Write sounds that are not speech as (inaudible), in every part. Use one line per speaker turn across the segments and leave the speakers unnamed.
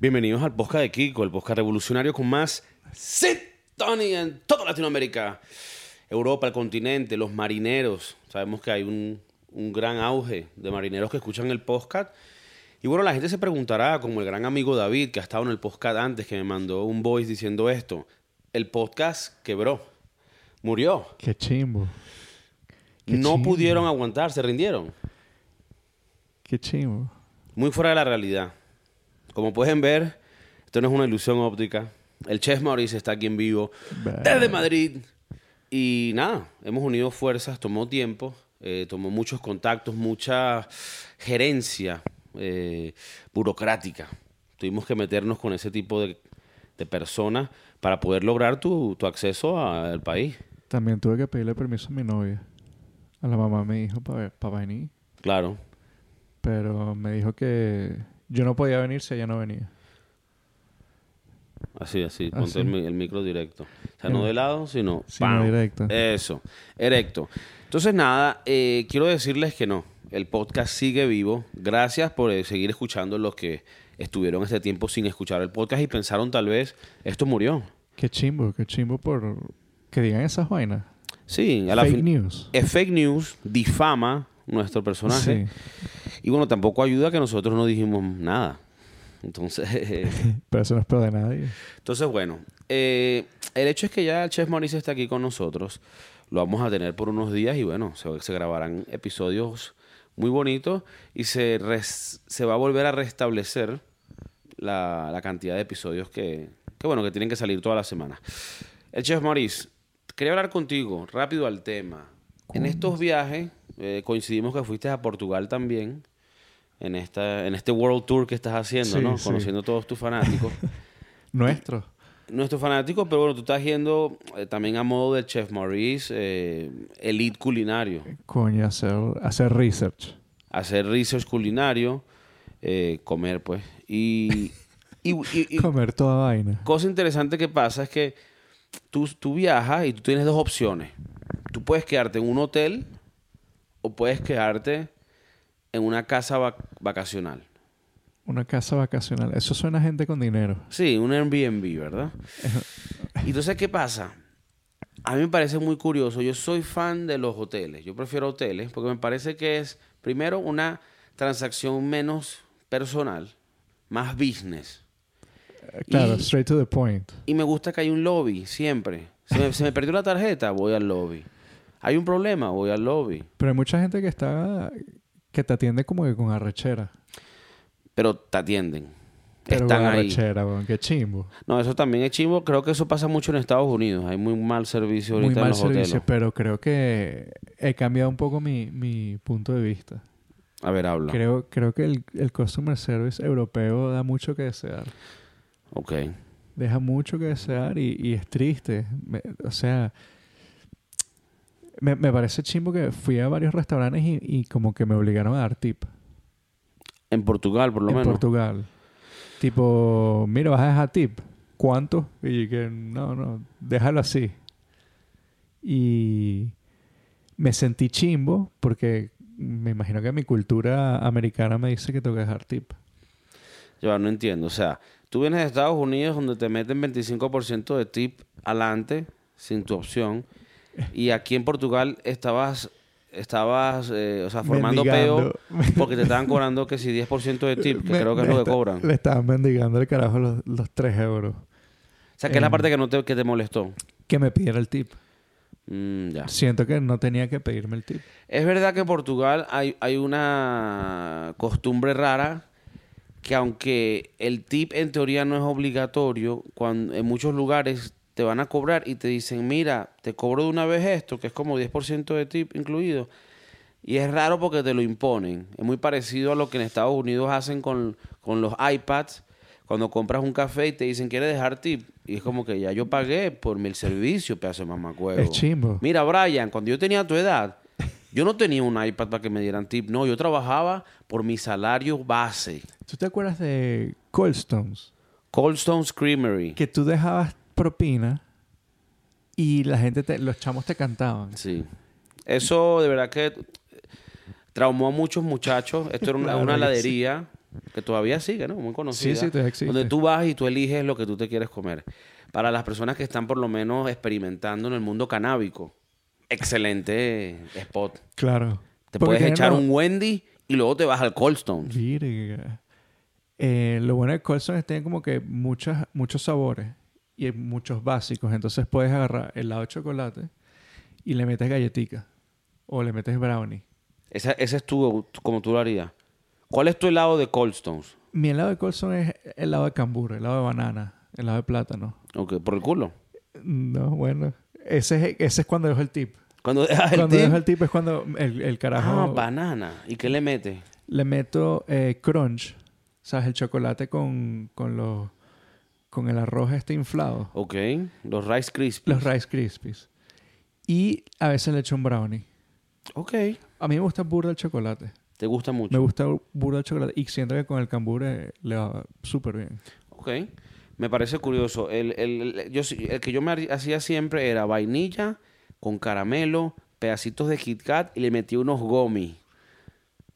Bienvenidos al podcast de Kiko, el podcast revolucionario con más sintonía en toda Latinoamérica, Europa, el continente, los marineros. Sabemos que hay un, un gran auge de marineros que escuchan el podcast. Y bueno, la gente se preguntará, como el gran amigo David, que ha estado en el podcast antes, que me mandó un voice diciendo esto, el podcast quebró, murió,
Qué chimbo. Qué
no
chimbo.
pudieron aguantar, se rindieron.
Qué chimbo.
Muy fuera de la realidad. Como pueden ver, esto no es una ilusión óptica. El Chess Maurice está aquí en vivo
Bah.
desde Madrid. Y nada, hemos unido fuerzas, tomó tiempo, eh, tomó muchos contactos, mucha gerencia eh, burocrática. Tuvimos que meternos con ese tipo de, de personas para poder lograr tu, tu acceso a- al país.
También tuve que pedirle permiso a mi novia. A la mamá me dijo para venir.
Claro.
Pero me dijo que yo no podía venir si ella no venía.
Así, así.
Ah,
Ponte
sí.
el, mi- el micro directo. O sea, no de lado, sino...
Sino
¡pam!
directo.
Eso. Erecto. Entonces, nada, eh, quiero decirles que no. El podcast sigue vivo. Gracias por eh, seguir escuchando los que estuvieron este tiempo sin escuchar el podcast y pensaron tal vez, esto murió.
Qué chimbo, qué chimbo por que digan esas vainas.
Sí, a la
Fake
fin-
news.
Es fake news, difama nuestro personaje.
Sí. (laughs)
Y bueno, tampoco ayuda que nosotros no dijimos nada. Entonces... (laughs) eh,
Pero eso no es peor de nadie.
Entonces, bueno, eh, el hecho es que ya el Chef Mauricio está aquí con nosotros. Lo vamos a tener por unos días y bueno, se, se grabarán episodios muy bonitos y se, res- se va a volver a restablecer la, la cantidad de episodios que, que, bueno, que tienen que salir toda la semana. El Chef Maurice, quería hablar contigo rápido al tema. En estos viajes, eh, coincidimos que fuiste a Portugal también, en, esta, en este World Tour que estás haciendo,
Sí,
¿no?
sí.
Conociendo todos tus
(laughs)
fanáticos.
Nuestro.
Nuestro fanático, pero bueno, tú estás yendo eh, también a modo de Chef Maurice, eh, elite culinario,
Coño, hacer, hacer research.
hacer research culinario, eh, comer pues. Y, y- y- y
(laughs) Comer toda vaina.
cosa interesante que pasa es que tú, tú viajas y tú tienes dos opciones. Tú puedes quedarte en un hotel o puedes quedarte en una casa vac- vacacional.
Una casa vacacional. Eso suena a gente con dinero.
Sí, un Airbnb,
(laughs)
¿verdad? Y entonces, ¿qué pasa? A mí me parece muy curioso. Yo soy fan de los hoteles. Yo prefiero hoteles porque me parece que es, primero, una transacción menos personal, más business.
Eh, Claro,
Y-
straight to the point.
Y me gusta que hay un lobby siempre. Se me, se me perdió la tarjeta, voy al lobby. Hay un problema, voy al lobby.
Pero hay mucha gente que está que te atiende como que con arrechera.
Pero te atienden.
Pero
Están
con
ahí.
arrechera, weón. Qué chimbo.
No, eso también es chivo. Creo que eso pasa mucho en Estados Unidos. Hay muy mal servicio ahorita
Muy
en
mal
los
servicio,
hoteles.
pero creo que he cambiado un poco mi, mi punto de vista.
A ver, habla.
Creo, creo que el, el customer service europeo da mucho que desear.
Ok.
Deja mucho que desear y, y es triste. Me- o sea, me, me parece chimbo que fui a varios restaurantes y, y como que me obligaron a dar tip
En Portugal, por lo
en
menos.
Portugal. Tipo, mira, vas a dejar tip. ¿Cuánto? Y que no, no, déjalo así. Y me sentí chimbo porque me imagino que mi cultura americana me dice que tengo que dejar tip.
Yo no entiendo. O sea, tú vienes de Estados Unidos donde te meten 25% de tip adelante, sin tu opción. Y aquí en Portugal estabas, estabas eh, o sea, formando
Mendigando.
peo porque te estaban cobrando que si 10% de tip, que
(laughs) Me-
creo que es
me
lo que
está-
cobran.
Le estaban mendigando al carajo los, los 3 euros.
O sea, que es la
em.
parte que, no te, que te molestó.
Que me pidiera el tip.
Mm, ya.
Siento que no tenía que pedirme el tip.
Es verdad que en Portugal hay, hay una costumbre rara que aunque el tip en teoría no es obligatorio, cuando en muchos lugares te van a cobrar y te dicen, mira, te cobro de una vez esto, que es como 10% de tip incluido. Y es raro porque te lo imponen. Es muy parecido a lo que en Estados Unidos hacen con, con los iPads. Cuando compras un café y te dicen, ¿quieres dejar tip? Y es como que ya yo pagué por mi servicio, pedazo de mamacuevo.
Es chimbo.
Mira, Brian, cuando yo tenía tu edad, yo no tenía un iPad para que me dieran tip. No, yo trabajaba por mi salario base.
¿Tú te acuerdas de Coldstones?
Coldstone's Creamery.
Que tú dejabas propina y la gente, te- los chamos te cantaban.
Sí. Eso de verdad que traumó a muchos muchachos. Esto era una,
Claro
una
que sí.
heladería que todavía sigue, ¿no? Muy conocida.
Sí, sí, todavía existe.
Donde tú vas y tú eliges lo que tú te quieres comer. Para las personas que están por lo menos experimentando en el mundo canábico, excelente spot.
Claro.
Te
Porque
puedes
tienen
echar
la-
un Wendy y luego te vas al Cold Stone.
Virga. Eh, lo bueno de Colson es que tiene como que muchas, muchos sabores y hay muchos básicos. Entonces puedes agarrar helado de chocolate y le metes galletica o le metes brownie.
Esa- Ese es tu, tu- como tú lo harías. ¿Cuál es tu helado de Cold Stones?
Mi helado de Colson es helado de cambur, helado de banana, helado de plátano.
Ok, por el culo.
No, bueno. Ese es, ese es cuando dejo el tip.
Cuando dejas ¿Ah, el
cuando
tip.
dejo el tip es cuando el, el
Ah,
carajo
banana. ¿Y qué le metes?
le meto eh, crunch. ¿Sabes? El chocolate con, con los con el arroz este inflado.
Ok, los Rice Krispies.
Los Rice Krispies. Y a veces le echo un brownie.
Ok,
A mí me gusta burda el chocolate.
te gusta mucho.
Me gusta burda el chocolate. Y siento que con el cambur eh, le va súper bien.
Ok. Me parece curioso. El, el- el- yo, sí- el que yo me harí- hacía siempre era vainilla con caramelo, pedacitos de Kit Kat y le metí unos gomis.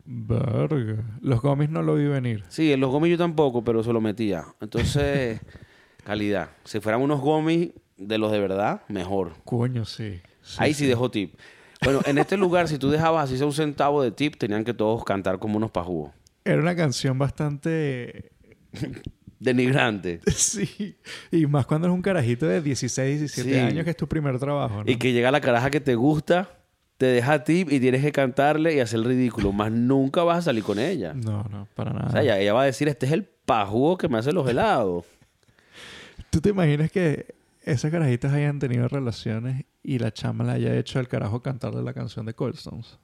Verga. Los gomis no lo vi venir.
Sí, en los gomis yo tampoco, pero se lo metía. Entonces, (laughs) calidad. Si fueran unos gomis de los de verdad, mejor.
Coño, sí. Sí,
Ahí sí dejó tip. Bueno, en este lugar, si tú dejabas así sea un centavo de tip, tenían que todos cantar como unos pajugos.
Era una canción bastante... (laughs)
Denigrante.
Sí. Y más cuando eres un carajito de 16, 17
Sí.
años que es tu primer trabajo, ¿no?
Y que llega la caraja que te gusta, te deja tip y tienes que cantarle y hacer el ridículo. Más nunca vas a salir con ella.
No, no, para nada.
O sea, ella, ella va a decir, este es el pajugo que me hace los helados.
¿Tú te imaginas que esas carajitas hayan tenido relaciones y la chama le haya hecho al carajo cantarle la canción de Cold Stones?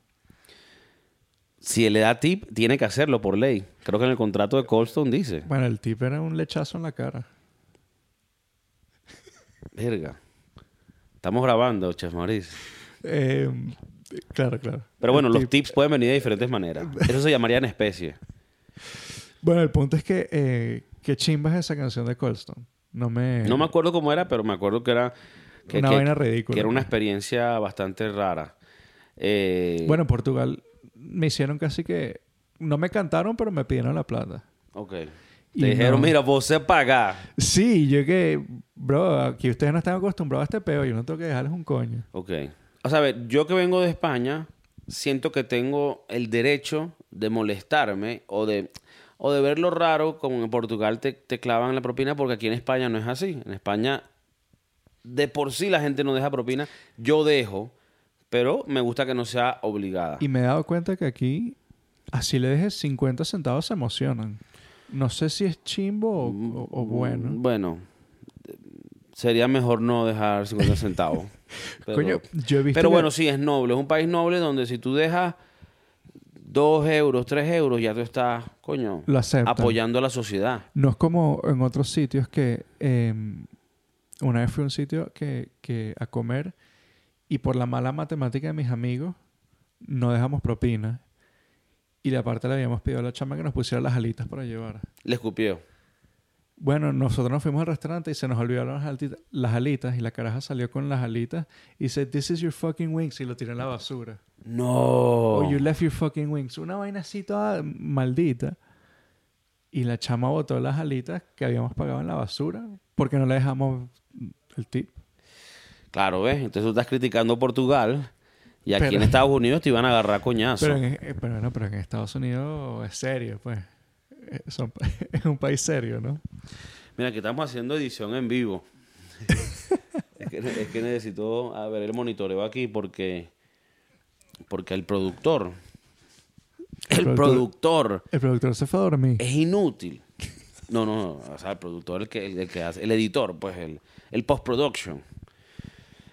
Si él le da tip, tiene que hacerlo por ley. Creo que en el contrato de Colston dice.
Bueno, el tipo era un lechazo en la cara.
Verga. Estamos grabando, Chef Maurice.
Eh, claro, claro.
Pero bueno,
El
los
tip-
tips pueden venir de diferentes maneras. Eso se llamaría en especie.
Bueno, el punto es que... Eh, ¿Qué chimba es esa canción de Cold Stone? No me...
No me acuerdo cómo era, pero me acuerdo que era... Que,
Eh. Una
que-
vaina ridícula.
Que era una experiencia bastante rara. Eh,
Bueno, en Portugal me hicieron casi que... No me cantaron, pero me pidieron la plata.
Ok.
Y
Te dijeron,
no.
mira, vos se paga.
Sí, yo que... Bro, aquí ustedes no están acostumbrados a este peo. Yo no tengo que dejarles un coño.
Ok. O sea, a ver, yo que vengo de España, siento que tengo el derecho de molestarme o de, o de verlo raro, como en Portugal te, te clavan la propina, porque aquí en España no es así. En España, de por sí la gente no deja propina. Yo dejo, pero me gusta que no sea obligada.
Y me he dado cuenta que aquí, así le dejes 50 centavos, se emocionan. No sé si es chimbo o, o- o
Mm,
bueno.
Bueno, eh, sería mejor no dejar 50
(laughs)
centavos. Pero-
Coño, yo he visto.
Pero
que-
bueno, sí, es noble. Es un país noble donde si tú dejas dos euros, tres euros, ya tú estás, coño,
Lo aceptan.
apoyando a la sociedad.
No es como en otros sitios que. eh, una vez fui a un sitio que, que a comer y por la mala matemática de mis amigos no dejamos propina. Y la parte le habíamos pedido a la chama que nos pusiera las alitas para llevar.
Le escupió.
Bueno, nosotros nos fuimos al restaurante y se nos olvidaron las, altita- las alitas y la caraja salió con las alitas y dice, this is your fucking wings y lo tiró en la basura.
No.
O you left your fucking wings. Una vaina así toda maldita. Y la chama botó las alitas que habíamos pagado en la basura porque no le dejamos el tip.
Claro, ¿ves? Entonces tú estás criticando Portugal y aquí
Pero-
en Estados Unidos te iban a agarrar a coñazo.
Pero en, eh, pero, no, pero en Estados Unidos es serio, pues. Eh, son- (laughs) es un país serio, ¿no?
Mira, que estamos haciendo edición en vivo. es, que, es que necesito, a ver, el monitoreo aquí porque, porque el productor, el,
El
productor
El productor se fue a dormir.
es inútil. No, no, no, o sea, el productor, el que, el, el que hace, el editor, pues el, el post-production.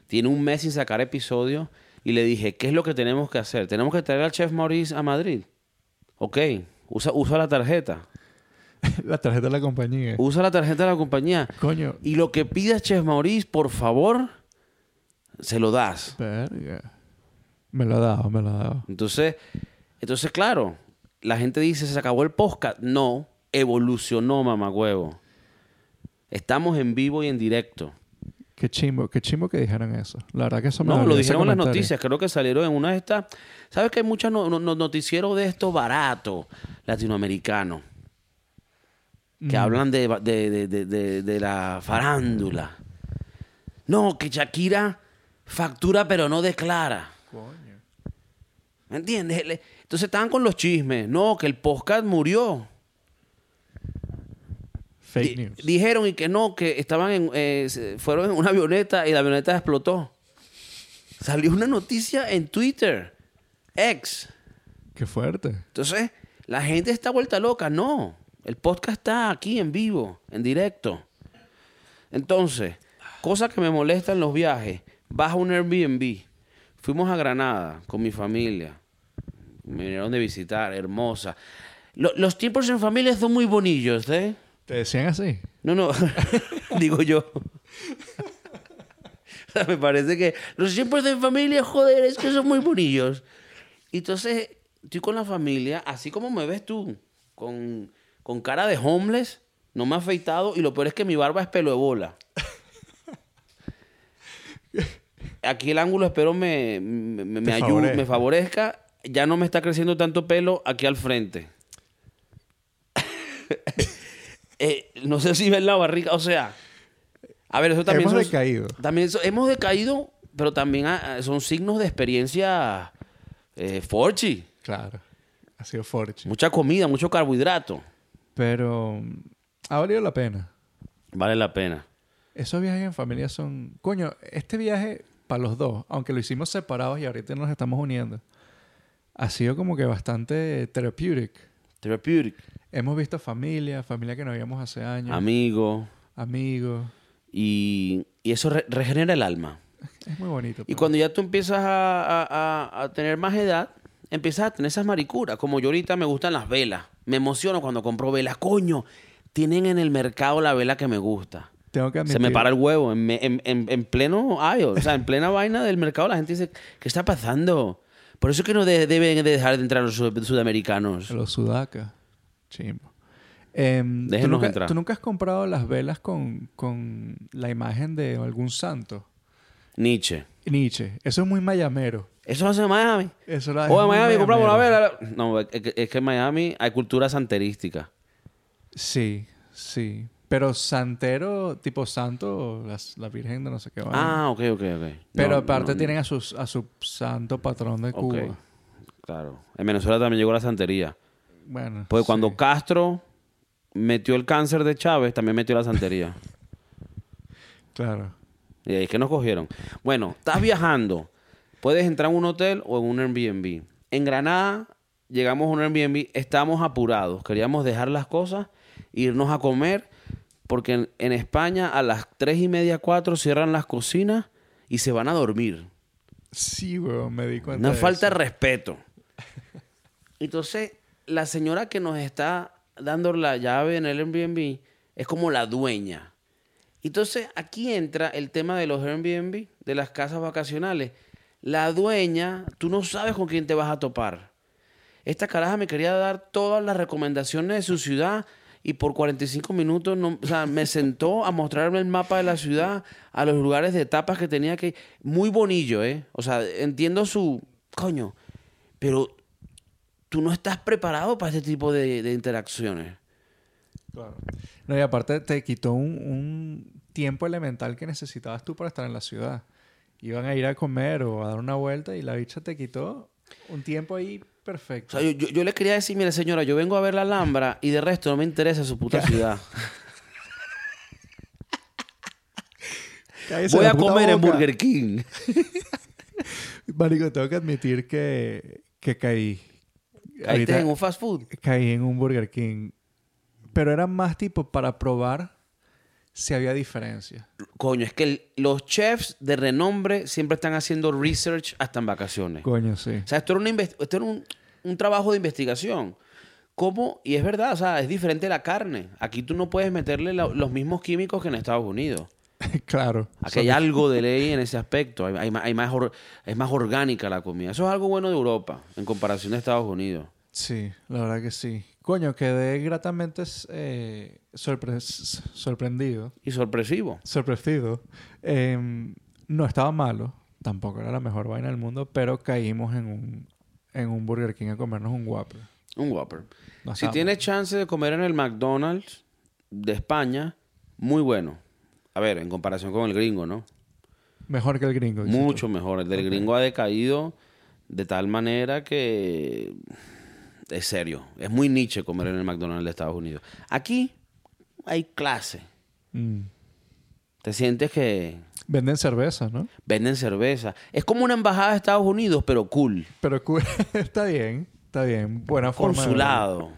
Tiene un mes sin sacar episodio y le dije, ¿qué es lo que tenemos que hacer? Tenemos que traer al chef Maurice a Madrid. Ok, usa, usa la tarjeta.
(laughs) la tarjeta de la compañía.
Usa la tarjeta de la compañía.
Coño.
Y lo que pidas, Chef Maurice, por favor, se lo das.
Verga. Me lo ha dado, me lo ha dado.
Entonces, entonces claro, la gente dice, se acabó el podcast. No, evolucionó, mamá huevo. Estamos en vivo y en directo.
Qué chimbo, qué chimbo que dijeron eso. La verdad que eso me
No,
dolió
lo
ese
dijeron en las
comentario.
noticias. Creo que salieron en una de estas... ¿Sabes que hay muchos no- no- no- noticieros de estos baratos latinoamericanos? que
Mm.
hablan de, de- de- de- de- de la farándula. No, que Shakira factura pero no declara.
Coño.
¿Me entiendes? Le- Entonces estaban con los chismes. No, que el podcast murió. Di-
Fake news.
Dijeron y que no, que estaban en, eh, se- fueron en una avioneta y la avioneta explotó. Salió una noticia en Twitter. Ex.
Qué fuerte.
Entonces, la gente está vuelta loca. No, el podcast está aquí en vivo, en directo. Entonces, cosas que me molestan en los viajes. Vas a un Airbnb. Fuimos a Granada con mi familia. Me vinieron de visitar, hermosa. Lo- los tiempos en familia son muy bonillos, ¿eh?
¿Te decían así?
No, no, (laughs) digo yo. (laughs) O sea, Me parece que los tiempos de familia, joder, es que son muy bonillos. Y entonces, estoy con la familia, así como me ves tú, con, con cara de homeless, no me he afeitado y lo peor es que mi barba es pelo de
(laughs)
bola. Aquí el ángulo espero me, me, me,
Te
ayu-
favorezca.
me favorezca. Ya no me está creciendo tanto pelo aquí al
(laughs)
frente. Eh, no sé si ven la barriga, o sea. A ver, eso también.
Hemos
son-
decaído.
También eso- hemos decaído, pero también ah, son signos de experiencia eh, forchi.
Claro. Ha sido fortune.
Mucha comida, mucho carbohidrato.
Pero mm, ha valido la pena.
Vale la pena.
Esos viajes en familia son... Coño, este viaje para los dos, aunque lo hicimos separados y ahorita nos estamos uniendo, ha sido como que bastante therapeutic.
Therapeutic.
Hemos visto familia, familia que no habíamos hace años,
Amigo.
amigos.
Y, y eso re- regenera el alma.
Es muy bonito.
Y
pues.
cuando ya tú empiezas a, a- a- a tener más edad, empiezas a tener esas maricuras. Como yo ahorita me gustan las velas. Me emociono cuando compro velas. Coño, tienen en el mercado la vela que me gusta.
Tengo que
Se
admitir,
me para el huevo en, me- en- en- en pleno aisle, o sea, en plena (laughs) vaina del mercado. La gente dice, ¿qué está pasando? Por eso es que no de- deben de dejar de entrar los sud- sudamericanos.
Los sudacas. Chimbo. Em, ¿tú,
Déjenos
nunca,
entrar.
tú nunca has comprado las velas con, con la imagen de algún santo?
Nietzsche.
Nietzsche. Eso es muy mayamero.
Eso lo hace Miami.
Eso lo hace
O en
muy
Miami compramos una
mayamero.
vela. No, es que, es que en Miami hay cultura santerística.
Sí, sí. Pero santero, tipo santo, las- la virgen de no sé qué. vaina.
Ah, ok, ok, ok.
Pero
No,
aparte
no, no.
tienen a, sus, a su santo patrón de
Ok.
Cuba.
Claro. En Venezuela también llegó la santería.
Bueno.
Porque
sí.
cuando Castro metió el cáncer de Chávez, también metió la
(laughs)
santería.
Claro.
Y ahí es que nos cogieron. Bueno, estás viajando. Puedes entrar en un hotel o en un Airbnb. En Granada llegamos a un Airbnb, estamos apurados. Queríamos dejar las cosas, irnos a comer, porque en, en España a las tres y media, cuatro cierran las cocinas y se van a dormir.
Sí, weón, me di cuenta.
Una
de
falta de
eso.
respeto.
(laughs)
Entonces, la señora que nos está dando la llave en el Airbnb es como la dueña. Entonces, aquí entra el tema de los Airbnb, de las casas vacacionales. La dueña, tú no sabes con quién te vas a topar. Esta caraja me quería dar todas las recomendaciones de su ciudad y por 45 minutos no- o sea, me (laughs) sentó a mostrarme el mapa de la ciudad, a los lugares de etapas que tenía que... Muy bonillo, ¿eh? O sea, entiendo su... Coño, pero tú no estás preparado para este tipo de, de interacciones.
Claro. No, y aparte te quitó un, un tiempo elemental que necesitabas tú para estar en la ciudad. Iban a ir a comer o a dar una vuelta y la bicha te quitó un tiempo ahí
O
perfecto.
sea, yo, yo, yo le quería decir, mire señora, yo vengo a ver la Alhambra y de resto no me interesa su puta
(laughs)
ciudad.
Cállese
Voy
la
a
puta
comer en
boca.
Burger King.
Marico, tengo que admitir que, que caí.
Ahí
Ahorita
en un fast food.
caí en un Burger King. Pero era más tipo para probar si había diferencia.
Coño, es que el- los chefs de renombre siempre están haciendo research hasta en vacaciones.
Coño, sí. (laughs)
O sea, esto era, una inves- esto era un, un trabajo de investigación. ¿Cómo? Y es verdad, o sea, es diferente la carne. Aquí tú no puedes meterle la- los mismos químicos que en Estados Unidos.
claro.
Aquí hay algo de ley en ese aspecto. Hay, hay ma- hay más or- es más orgánica la comida. Eso es algo bueno de Europa en comparación de Estados Unidos.
Sí, la verdad que sí. Coño, quedé gratamente eh, sorpre- sorprendido.
Y sorpresivo.
Sorprendido. Em, no estaba malo, tampoco era la mejor vaina del mundo, pero caímos en un, en un Burger King a comernos un Whopper.
Un Whopper.
No
si
estaba
tienes chance de comer en el McDonald's, de España, muy bueno. A ver, en comparación con el gringo, ¿no?
Mejor que el gringo. dices
Mucho
tú.
mejor. El del gringo ha decaído de tal manera que es serio. Es muy niche comer en el McDonald's de Estados Unidos. Aquí hay clase.
Mm.
Te sientes que
Venden cerveza, ¿no?
venden cerveza. Es como una embajada de Estados Unidos, pero cool.
Pero cu- (laughs) está bien, está bien. Buena forma. de
Consulado.
verlo.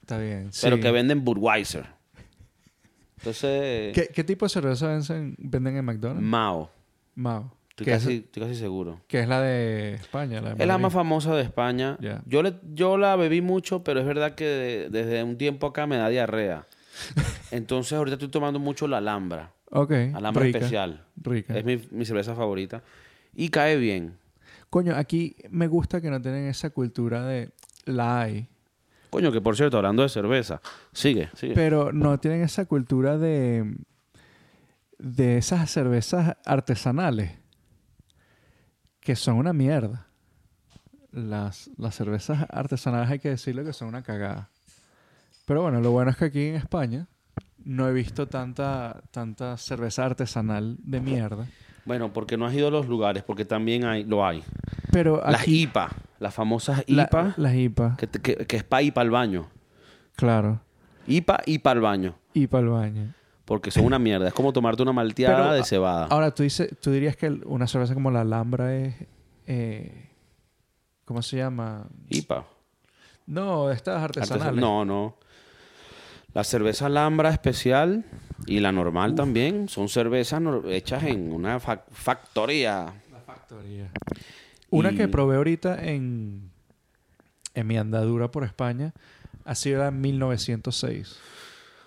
Está bien.
Pero
sí.
que venden Budweiser. Entonces,
¿Qué, qué tipo de cerveza venden, venden en McDonald's?
Mao.
Mao.
Mm. Estoy
Que es,
casi, estoy casi seguro.
que es la de España. La de
Es la
Madrid.
más famosa de España.
Ya.
Yo, le, yo la bebí mucho, pero es verdad que de- desde un tiempo acá me da
(laughs)
diarrea. Entonces ahorita estoy tomando mucho la Alhambra.
Ok.
Alhambra
rica,
especial.
Rica.
Es mi, mi cerveza favorita. Y cae bien.
Coño, aquí me gusta que no tienen esa cultura de la hay.
Coño, que por cierto, hablando de cerveza. Sigue, sigue.
Pero no tienen esa cultura de. de esas cervezas artesanales. Que son una mierda. Las, las cervezas artesanales hay que decirle que son una cagada. Pero bueno, lo bueno es que aquí en España no he visto tanta, tanta cerveza artesanal de mierda.
Bueno, porque no has ido a los lugares, porque también hay, lo hay.
Pero
Las
aquí,
IPA, las famosas
la-
IPA,
las IPA.
que, te- que- que es para ir para el baño.
Claro.
IPA y para el baño,
IPA al baño.
porque son una mierda. Es como tomarte una malteada
Pero,
de
a-
cebada.
Ahora, tú, dices, tú dirías que el- una cerveza como la Alhambra es... eh, ¿Cómo se llama?
IPA.
No, estas artesanales.
Artesan- No, no. La cerveza Alhambra especial y la normal también son cervezas nor- hechas en una fa- factoría.
La factoría. Una
Y-
que probé ahorita en, en mi andadura por España ha sido la 1906.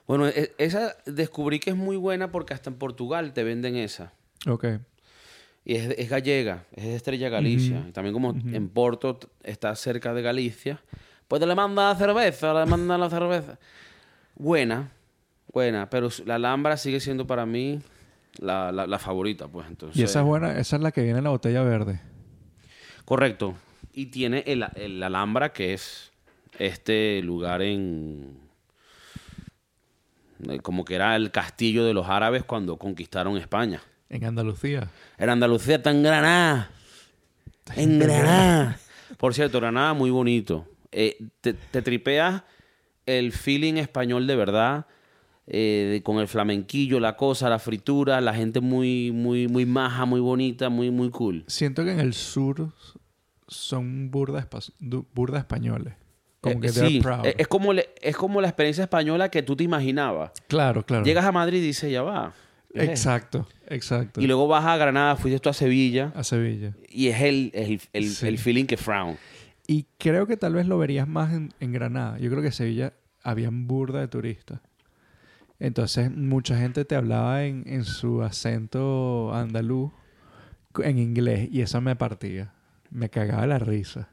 Bueno, e- esa descubrí que es muy buena porque hasta en Portugal te venden esa.
Ok.
Y es, es gallega, es de Estrella Galicia. Y También como en Porto t- está cerca de Galicia, pues te le manda la cerveza, le manda la cerveza. Buena, buena, pero s- la Alhambra sigue siendo para mí la, la- la favorita, pues entonces.
Y esa es buena, esa es la que viene en la botella verde.
Correcto. Y tiene el, el Alhambra, que es este lugar en... eh, Como que era el castillo de los árabes cuando conquistaron España.
En Andalucía.
Era Andalucía, está en Granada. En Granada. Por cierto, Granada muy bonito. Eh, te, te tripeas el feeling español de verdad, eh, de- con el flamenquillo, la cosa, la fritura, la gente muy, muy, muy maja, muy bonita, muy, muy cool.
Siento que en el sur son burdas burda españoles. Como
Eh,
que
sí,
they're proud.
eh, es, como le- es como la experiencia española que tú te imaginabas.
claro, claro.
Llegas a Madrid y dices, ya va. ¿qué es esto?
Exacto, exacto.
Y luego vas a Granada, fuiste tú a Sevilla
a Sevilla.
y es el, el- el-
Sí.
el feeling que frown.
Y creo que tal vez lo verías más en, en Granada. Yo creo que en Sevilla habían burda de turistas. Entonces mucha gente te hablaba en, en su acento andaluz, cu- en inglés, y eso me partía. Me cagaba la risa.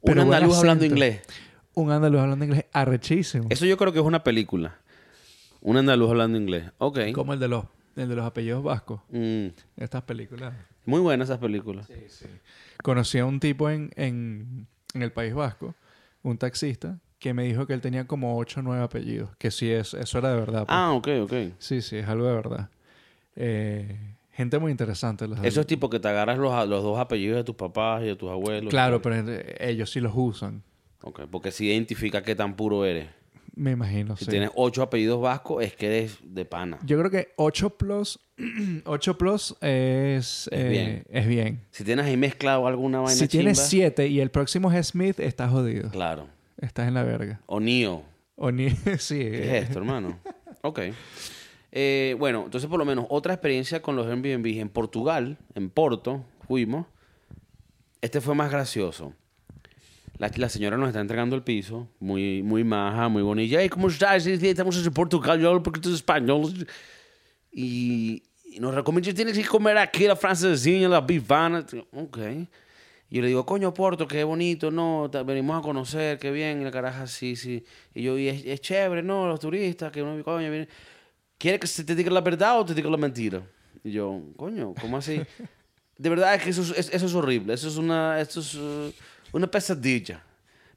Un
Pero buen
andaluz hablando
acento.
inglés.
Un andaluz hablando inglés arrechísimo.
Eso yo creo que es una película. Un andaluz hablando inglés. Ok.
Como el de los, el de los apellidos vascos.
Mm,
Estas películas.
Muy buenas esas películas.
Conocí a un tipo en, en, en el País Vasco, un taxista, que me dijo que él tenía como ocho o 9 apellidos. Que sí, es, eso era de verdad. pues.
Ah, ok, ok.
Sí, sí, es algo de verdad. Eh, gente muy interesante. Los
Eso es tipo que te agarras los, los dos apellidos de tus papás y de tus abuelos.
Claro, pero eh, ellos sí los usan.
Ok, porque si identifica qué tan puro eres.
Me imagino,
Si
sí.
tienes ocho apellidos vascos, es que eres de pana.
Yo creo que 8 plus, (clears throat) 8 plus es, eh,
bien.
es bien.
Si tienes ahí mezclado alguna vaina
Si tienes
chimba,
7 y el próximo es Smith, estás jodido.
Claro.
Estás en la verga.
O Neo.
O ni... (laughs) sí.
¿Qué
eh,
es esto,
(laughs)
hermano? Ok. Eh, bueno, entonces por lo menos otra experiencia con los Airbnb en Portugal, en Porto, fuimos. Este fue más gracioso. La, la señora nos está entregando el piso, muy, muy maja, muy bonita. Hey, ¿cómo estás? Sí, sí, Estamos en Portugal, yo hablo porque tú eres español. Y, y nos recomienda, tienes que comer aquí la francesinha, la bifana. Ok. Y yo le digo, coño, Porto, qué bonito, no, ta- venimos a conocer, qué bien. Y la caraja, sí, sí. Y yo, y es, es chévere, no, los turistas, que uno, coño, viene. ¿Quiere que se te diga la verdad o te diga la mentira? Y yo, coño, ¿cómo así? (laughs) De verdad es que eso es, eso es horrible, eso es una, esto es, eh, una pesadilla.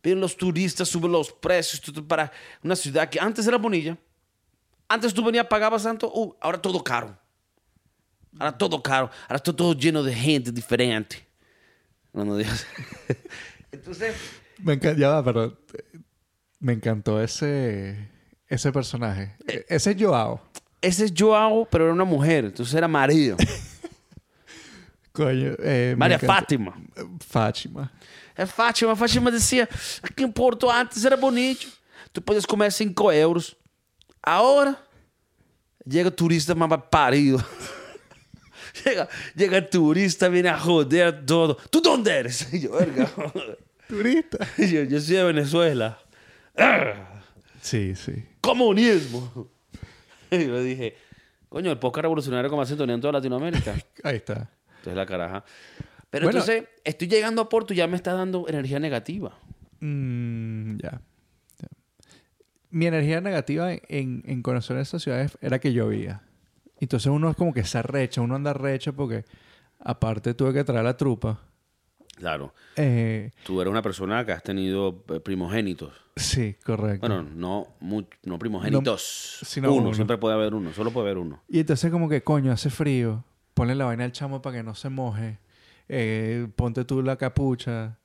Vienen los turistas, suben los precios tú- tú para una ciudad que antes era bonita Antes tú venías, pagabas tanto, uh, ahora todo caro. Ahora todo caro. Ahora está todo lleno de gente diferente. No, no digas. Entonces,
Me encanta, ya va, pero eh, me encantó ese, ese personaje. E- Ese es Joao.
ese es Joao, pero era una mujer. Entonces era marido.
Coño, eh, me
María
encantó. Eh,
Fátima.
Fátima.
É Fátima. Fátima dizia: aqui em Porto antes era bonito. Tu podes comer 5 euros. Agora, chega turista mais parido. (laughs) chega, chega turista, vem a rodear todo. Tu de onde eres? (laughs) E eu, "Verga."
Turista.
(laughs) E eu, eu sou de Venezuela. "Ah,
Sí, sí.
Comunismo. (laughs) E eu dije: coño, el podcast revolucionario con más sintonía en toda (laughs) Latinoamérica.
Ahí está.
Entonces la caraja. Pero
Bueno.
entonces, estoy llegando a Porto y ya me está dando energía negativa.
Mm, ya. ya. Mi energía negativa en- en, en conocer esas ciudades era que llovía. Entonces uno es como que se arrecha, uno anda arrecho porque aparte tuve que traer la trupa.
Claro.
Eh,
Tú eres una persona que has tenido eh, primogénitos.
sí, correcto.
Bueno, no, mu- no primogénitos.
No, sino
uno,
uno.
siempre puede haber uno, solo puede haber uno.
Y entonces como que, coño, hace frío. Ponle la vaina al chamo para que no se moje. Eh, ponte tú la capucha.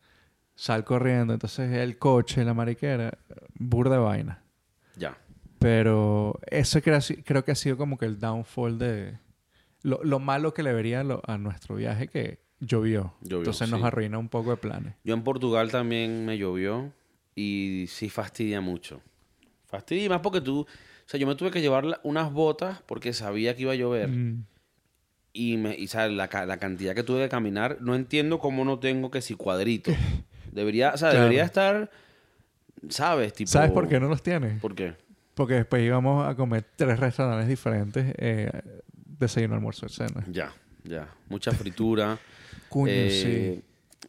Sal corriendo. Entonces el coche, la mariquera. Burda de vaina.
Ya.
Pero eso creo, creo que ha sido como que el downfall de... Lo, lo malo que le vería a lo- a nuestro viaje que llovió.
Llovió,
Entonces nos
sí.
arruina un poco de planes.
Yo en Portugal también me llovió y sí fastidia mucho. Fastidia y más porque tú... O sea, yo me tuve que llevar la- unas botas porque sabía que iba a llover.
Mm.
Y, me, y, ¿sabes? La, ca- la cantidad que tuve que caminar, no entiendo cómo no tengo que si
(laughs)
cuadrito. Debería, o sea,
Claro.
debería estar, ¿sabes? Tipo,
¿Sabes por qué no los tienes?
¿Por qué?
Porque después íbamos a comer tres restaurantes diferentes. eh, desayuno, almuerzo, y cena.
Ya, ya. Mucha
(laughs)
fritura.
Coño,
Eh,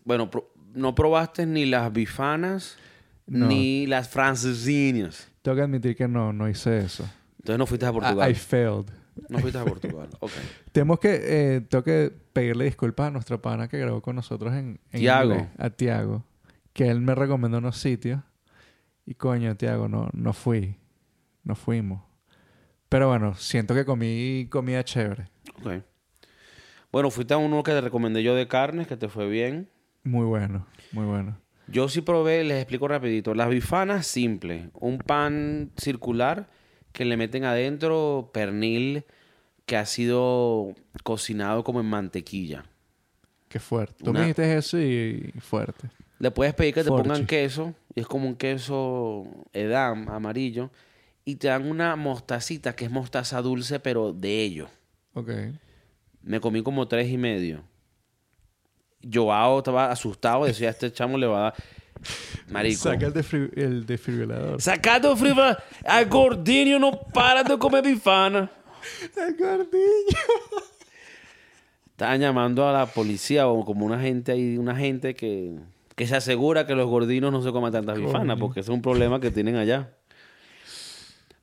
Bueno, pro- no probaste ni las bifanas
No.
ni las francesinas.
Tengo que admitir que no, no hice eso.
Entonces no fuiste a
I,
Portugal.
I failed.
No fuiste a (laughs) Portugal. Ok.
Tenemos que, eh, tengo que pedirle disculpas a nuestro pana que grabó con nosotros en, en
Tiago.
inglés, a Tiago, que él me recomendó unos sitios y coño, Tiago, no, no fui, no fuimos. Pero bueno, siento que comí comida chévere,
Ok. Bueno, fuiste a uno que te recomendé yo de carnes, que te fue bien.
muy bueno, muy bueno.
Yo sí probé, les explico rapidito. Las bifanas simple, un pan circular que le meten adentro pernil que ha sido cocinado como en mantequilla.
Qué fuerte. Tú
Una-
me dijiste eso y fuerte.
Le puedes pedir que te
Forchi.
pongan queso, y es como un queso edam, amarillo, y te dan una mostacita, que es mostaza dulce, pero de ello.
Ok.
Me comí como tres y medio. Joao estaba asustado, decía, este chamo le va a dar... Marico.
Saca el, desfri- el desfibrilador.
Sacado friva, a gordinho no para de comer bifana.
El gordillo.
Estaban llamando a la policía o como una gente ahí, una gente que, que se asegura que los gordinos no se coman tantas bifanas, porque ese es un problema que tienen allá.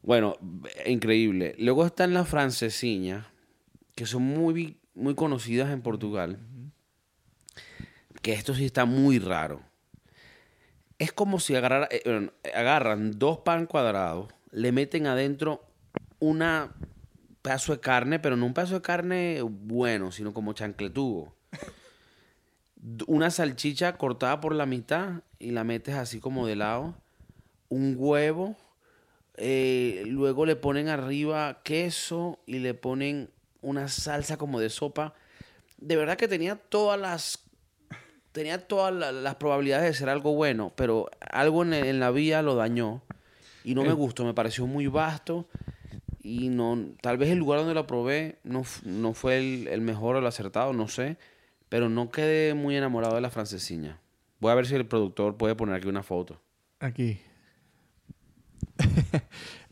Bueno, eh, increíble. Luego están las francesiñas, que son muy, muy conocidas en Portugal. Que esto sí está muy raro. Es como si agarrara- eh, bueno, agarran dos pan cuadrados, le meten adentro una pedazo de carne, pero no un pedazo de carne bueno, sino como chancletudo. D- Una salchicha cortada por la mitad y la metes así como de lado. Un huevo. eh, luego le ponen arriba queso y le ponen una salsa como de sopa. De verdad que tenía todas las tenía todas la- las probabilidades de ser algo bueno, pero algo en, en la vía lo dañó y no
Eh.
me gustó, me pareció muy vasto y no tal vez el lugar donde lo probé no, f- no fue el, el mejor o el acertado, no sé, pero no quedé muy enamorado de la francesiña. Voy a ver si el productor puede poner aquí una foto.
Aquí. (laughs)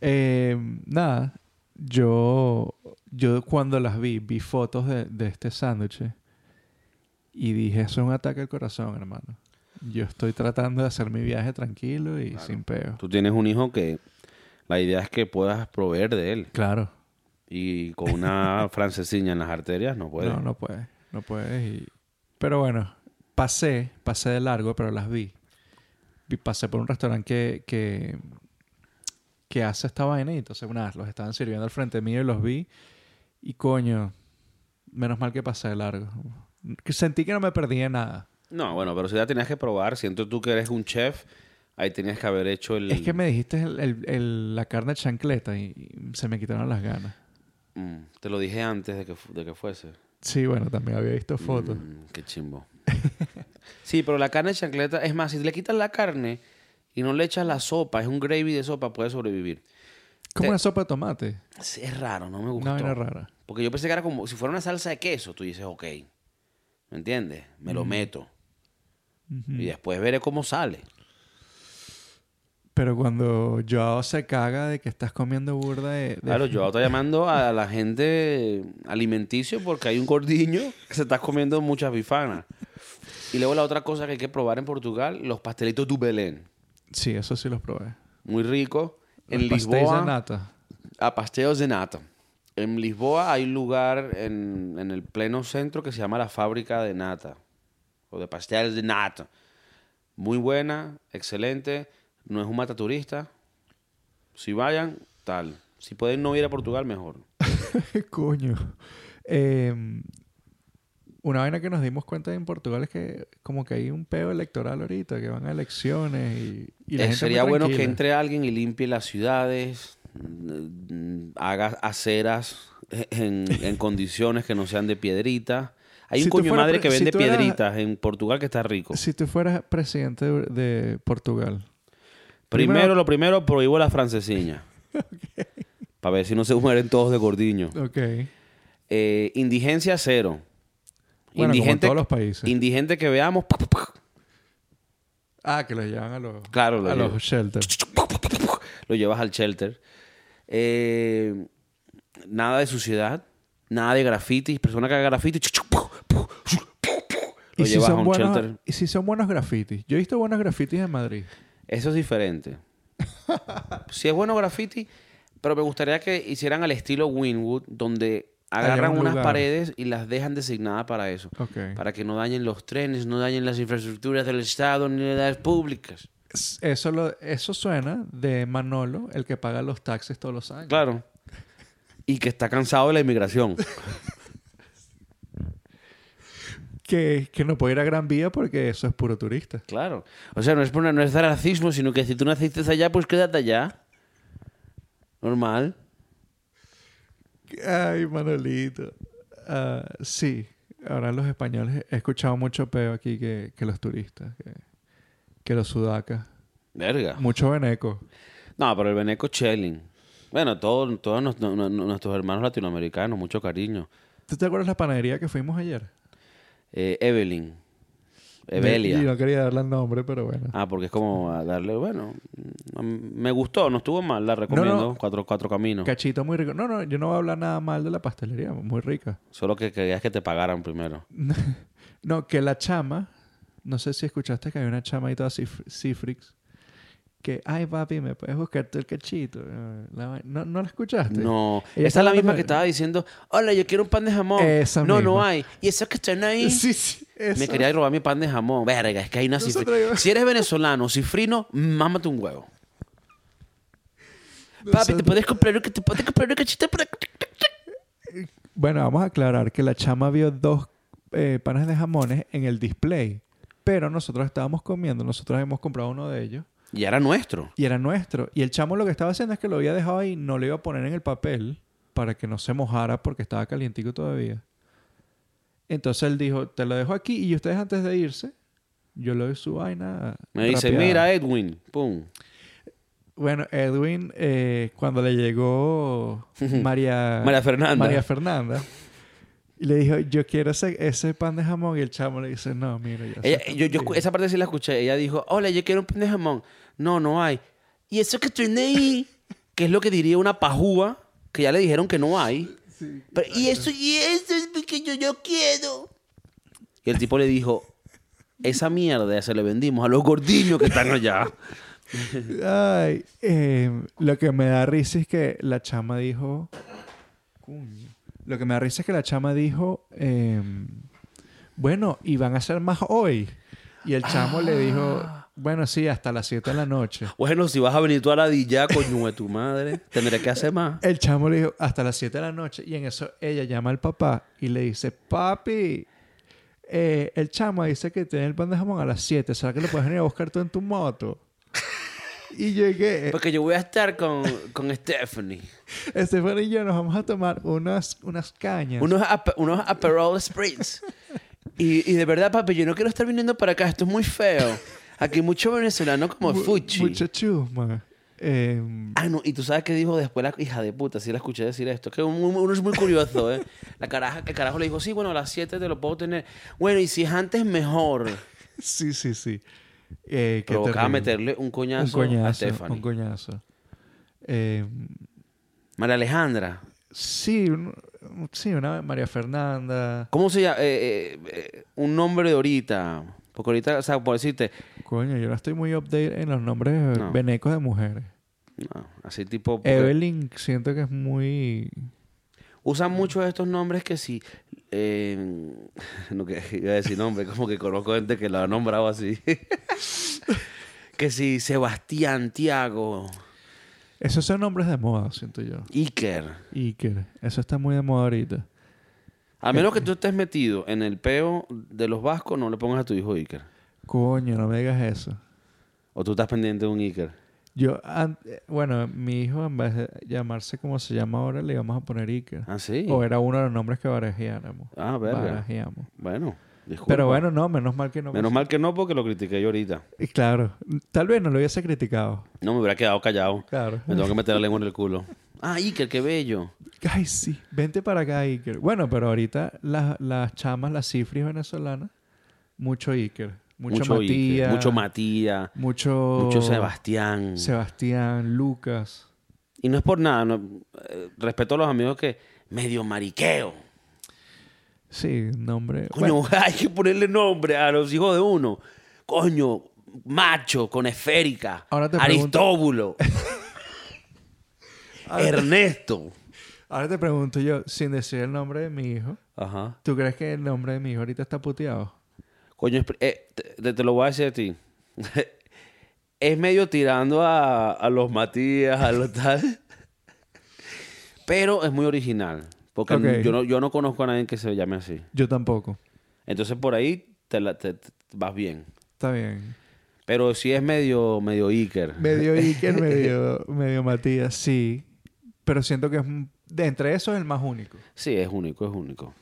Eh, nada, yo, yo cuando las vi, vi fotos de, de este sándwich y dije, eso es un ataque al corazón, hermano. Yo estoy tratando de hacer mi viaje tranquilo y sin peo.
Tú tienes un hijo que la idea es que puedas proveer de él
Claro.
y con
(laughs)
una francesiña en las arterias no puede.
No, no puedes. No puedes. y- Pero bueno, pasé, pasé de largo, pero las vi. Vi- Pasé por un restaurante que, que, que hace esta vaina. Y entonces, nada, los estaban sirviendo al frente mío y los vi. Y coño, menos mal que pasé de largo. Que Sentí que no me perdí de nada.
No, bueno, pero si ya tenías que probar, siento tú que eres un chef, ahí tenías que haber hecho el...
Es que me dijiste el- el- el- la carne chancleta y, y se me quitaron las ganas.
Mm, te lo dije antes de que, fu- de que fuese.
Sí, bueno, también había visto fotos.
Mm, qué (laughs) chimbo. sí, pero la carne de chancleta, es más, si le quitas la carne y no le echas la sopa, es un gravy de sopa, puedes sobrevivir.
Como
Te-
una sopa de tomate.
Es es raro, no me gustó.
Una vaina rara.
Porque yo pensé que era como si fuera una salsa de queso. Tú dices, ok, ¿me entiendes? Me lo meto. Y después veré cómo sale.
Pero cuando Joao se caga de que estás comiendo burda de... de-
Claro, yo estoy llamando a la gente alimenticio porque hay un gordiño que se está comiendo muchas bifanas. Y luego la otra cosa que hay que probar en Portugal, los pastelitos du Belén.
Sí, eso sí los probé.
Muy rico. En
Los pastéis
Lisboa,
de nata. (laughs)
a pasteos de nata. En Lisboa hay un lugar en, en el pleno centro que se llama la fábrica de nata. O de pasteles de nata. Muy buena, excelente. No es un mataturista. Si vayan, tal. Si pueden no ir a Portugal, mejor.
Coño. Eh, una vaina que nos dimos cuenta en Portugal es que como que hay un peo electoral ahorita, que van a elecciones y, y la
Eh,
gente
sería
muy
bueno que
tranquila.
entre alguien y limpie las ciudades, mm, mm, haga aceras en, en condiciones que no sean de piedrita. Hay
Si
un
tú
coño
fueras
madre que
pre- si
vende
tú eras-
piedritas en Portugal que está rico.
Si tú fueras presidente de, de Portugal.
Primero,
Primero-
lo primero, prohíbo las francesiñas.
(laughs)
Para ver si no se mueren todos de gordiño.
Ok.
Eh, indigencia cero.
Bueno, como en
indigente,
todos los países.
indigente que veamos. pa, pa, pa.
Ah, que los llevan a los,
Claro, lo
a
llevo.
los shelters.
Lo llevas al shelter. Eh, nada de suciedad. Nada de grafitis. Persona que haga graffiti. Lo
Y si,
llevas a
son
un
buenos,
shelter.
y si son buenos grafitis. Yo he visto buenos grafitis en Madrid.
Eso es diferente. si es bueno graffiti, pero me gustaría que hicieran al estilo Winwood, donde
Haya
agarran
un
unas
lugar.
paredes y las dejan designadas para eso.
Ok.
Para que no dañen los trenes, no dañen las infraestructuras del Estado ni las públicas.
Es- Eso, lo, eso suena de Manolo, el que paga los taxes todos los años.
Claro. Y que está cansado de la inmigración.
Que, que no puede ir a Gran Vía porque eso es puro turista.
Claro. O sea, no es, por no es de racismo, sino que si tú naciste allá, pues quédate allá. Normal.
Ay, Manolito. Ah, sí, ahora los españoles. He escuchado mucho peo aquí que, que los turistas, que, que los sudacas.
Verga.
Mucho veneco.
No, pero el Beneco Chelling. Bueno, todos, todos nos- no- no- nuestros hermanos latinoamericanos, mucho cariño.
¿Tú te acuerdas la panadería que fuimos ayer?
Eh, Evelyn.
Y
Evelia.
no quería darle el nombre, pero bueno.
Eh, Ah, porque es como a darle, bueno, mm, me gustó, no estuvo mal, la recomiendo.
No, no.
Cuatro, cuatro caminos.
Cachito muy rico. No, no, yo no voy a hablar nada mal de la pastelería, muy rica.
Solo que querías que te pagaran primero.
No, que la chama, no sé si escuchaste que hay una chama ahí toda cif- cifrix, que, ay papi, ¿me puedes buscarte el cachito? Eh, la va- ¿No, ¿No la escuchaste?
No, esa
Ella
es la
hablando
misma
de-
que estaba diciendo, hola, yo quiero un pan de jamón.
Esa
no, no
misma.
hay. Y eso que están ahí.
(laughs) Sí, sí. esa.
Me quería robar mi pan de jamón. Verga, es que hay una
No se
cifrina.
atrevió.
Si eres venezolano, cifrino, mámate un huevo. Papi,
se
te puedes comprar un- te puedes comprar un cachito para-
Bueno, vamos a aclarar que la chama vio dos eh, panes de jamones en el display, pero nosotros estábamos comiendo, nosotros hemos comprado uno de ellos
Y era nuestro.
y era nuestro. Y el chamo lo que estaba haciendo es que lo había dejado ahí, no lo iba a poner en el papel para que no se mojara porque estaba calientico todavía. Entonces él dijo, te lo dejo aquí y ustedes antes de irse, yo le doy su vaina.
Me dice,
rapeada".
mira, eh". Edwin. Pum.
Bueno, Edwin, eh, cuando le
(laughs)
llegó María,
María Fernanda.
María Fernanda, y le dijo, yo quiero ese, ese pan de jamón. Y el chamo le dice, no, mira, ya
Ella-
está
yo, yo escu-
contigo".
esa parte sí la escuché. Ella dijo, hola, yo quiero un pan de jamón. No, no hay. Y eso que estoy ahí, que es lo que diría una pajúa, que ya le dijeron que no hay. Pero, y eso, y eso es lo que yo, yo quiero. Y el tipo le dijo, esa mierda se le vendimos a los gordiños que están allá.
Ay, eh, lo que me da risa es que la chama dijo. Coño. Lo que me da risa es que la chama dijo. em, bueno, y van a ser más hoy. Y el chamo le dijo. Bueno, sí, hasta las 7 de la noche.
Bueno, si vas a venir tú a la DJ, coño de tu madre, tendré que hacer más.
El chamo le dijo hasta las 7 de la noche y en eso ella llama al papá y le dice, papi, eh, el chamo dice que tiene el pan de jamón a las 7, ¿será que lo puedes venir a buscar tú en tu moto? Y llegué.
Porque yo voy a estar con, con Stephanie.
Estefan y yo nos vamos a tomar unas, unas cañas.
Unos, apa- unos Aperol Spritz. Y, y de verdad, papi, yo no quiero estar viniendo para acá. Esto es muy feo. Aquí hay mucho venezolano como
Mu-
Fuchi.
Mucha chusma. Em,
Ah, no. Y tú sabes qué dijo después la hija de puta. Sí la escuché decir esto. Que un- un- uno es muy curioso, ¿eh? La caraja, el carajo le dijo, sí, bueno, a las 7 te lo puedo tener. Bueno, y si es antes, mejor.
sí, sí, sí. Eh, qué
Provocaba
terrible.
meterle un coñazo,
un coñazo.
a Stephanie.
Un coñazo. Em,
María Alejandra.
sí, un- sí, una María Fernanda.
¿Cómo se llama? Eh, eh, eh, un nombre de ahorita. Porque ahorita, o sea, por decirte,
Coño, yo no estoy muy update en los nombres
No.
venecos de mujeres.
no, así tipo. porque
Evelyn siento que es muy...
Usan mucho estos nombres que sí. eh, (laughs) no que iba a decir nombre, como que conozco gente que lo ha nombrado así. (laughs) que sí, Sebastián, Tiago,
Esos son nombres de moda, siento yo.
Iker.
Iker. Eso está muy de moda ahorita.
A menos que tú estés metido en el peo de los vascos, no le pongas a tu hijo Iker.
Coño, no me digas eso.
O tú estás pendiente de un Iker.
Yo, an- eh, bueno, mi hijo en vez de llamarse como se llama ahora, le íbamos a poner Iker.
Ah, sí.
O era uno de los nombres que barajeáramos.
Ah, verga.
Barajeamos.
Bueno, disculpa.
Pero bueno, pues no, menos mal que no.
Menos mal que no, porque lo critiqué yo ahorita.
Y (laughs) claro, tal vez no lo hubiese criticado.
No me hubiera quedado callado. (laughs)
Claro.
Me tengo que meter la lengua en el culo. (laughs) Ah, Iker, qué bello.
Ay, sí. Vente para acá, Iker. Bueno, pero ahorita las, las chamas, las cifris venezolanas, mucho Iker. Mucho,
Iker,
Matías.
mucho Matías.
Mucho,
Mucho Sebastián.
Sebastián, Lucas.
Y no es por nada. no- eh, respeto a los amigos que medio mariqueo.
Sí, nombre.
Coño, (laughs) hay que ponerle nombre a los hijos de uno. Coño, macho, con esférica.
Ahora te pregunto- (laughs)
Aristóbulo. Ernesto.
Ahora te pregunto yo, sin decir el nombre de mi hijo,
Ajá.
¿tú crees que el nombre de mi hijo ahorita está puteado?
Coño, es pri- eh, te, te lo voy a decir a ti. (laughs) es medio tirando a, a los Matías, a los tal. (laughs) Pero es muy original. Porque
Ok.
yo, no, yo no conozco a nadie que se llame así.
Yo tampoco.
Entonces por ahí te, la- te- te- vas bien.
Está bien.
Pero sí es medio, medio Iker.
(laughs) Medio Iker, (laughs) medio, medio Matías, sí. Pero siento que es un- de entre esos el más único.
Sí, es único, es único.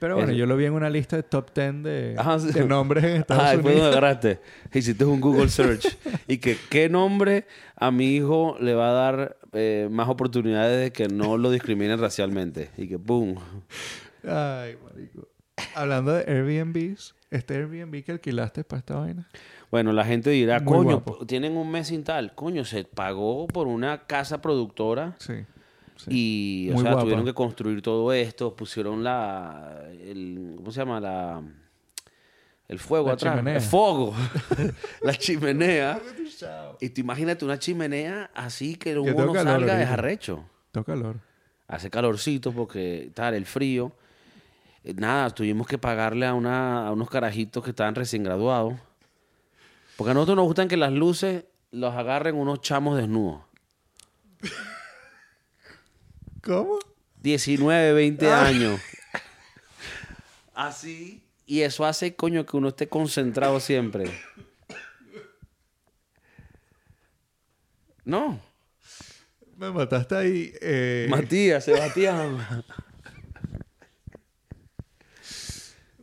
Pero bueno,
Es-
yo lo vi en una lista de top 10 de,
Ajá, Ah, sí.
de nombres en Estados
Ah, después
Unidos.
donde agarraste. Hiciste un Google search. y que qué nombre a mi hijo le va a dar eh, más oportunidades de que no lo discriminen racialmente. Y que ¡pum!
(laughs) Ay, marico. Hablando de Airbnbs, este Airbnb que alquilaste para esta vaina.
Bueno, la gente dirá,
Muy
coño,
guapo.
p- tienen un mes sin tal. Coño, se pagó por una casa productora
Sí. sí.
y, o
Muy
sea,
guapa.
tuvieron que construir todo esto. Pusieron la... El, ¿Cómo se llama? La... El fuego
La
atrás.
chimenea.
El fuego.
(laughs)
(laughs) la chimenea. Y tú imagínate una chimenea así que
tengo
uno
calor
salga de
ahorita.
arrecho.
Todo calor.
Hace calorcito porque tal, el frío. Eh, Nada, tuvimos que pagarle a, una, a unos carajitos que estaban recién graduados. Porque a nosotros nos gustan que las luces los agarren unos chamos desnudos.
¿Cómo?
19, 20 años. Así. Y eso hace, coño, que uno esté concentrado siempre. No.
Me mataste ahí. eh,
Matías, Sebastián.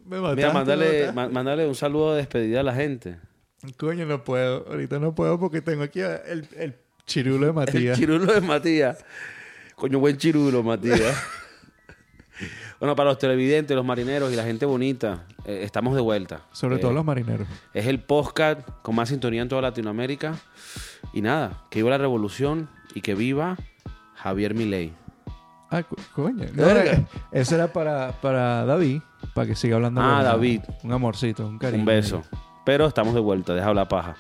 me
Mira,
mataste. me
mándale,
mataste.
ma- mándale un saludo de despedida a la gente.
Coño, no puedo. Ahorita no puedo porque tengo aquí a- el, el chirulo
(laughs)
de
El
Matías.
chirulo de Matías. Coño, buen chirulo, Matías.
(laughs)
bueno, para los televidentes, los marineros y la gente bonita, eh, estamos de vuelta.
Sobre
Eh,
todo los marineros.
Es el podcast con más sintonía en toda Latinoamérica. Y nada, que viva la revolución y que viva Javier Milei.
Ah, co- coño. No,
Verga.
eh, eso era para, para David, para que siga hablando.
Ah,
con-
David.
Un amorcito, un cariño.
Un beso. Pero estamos de vuelta, deja la paja.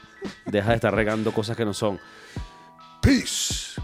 Deja de estar regando cosas que no son. Peace.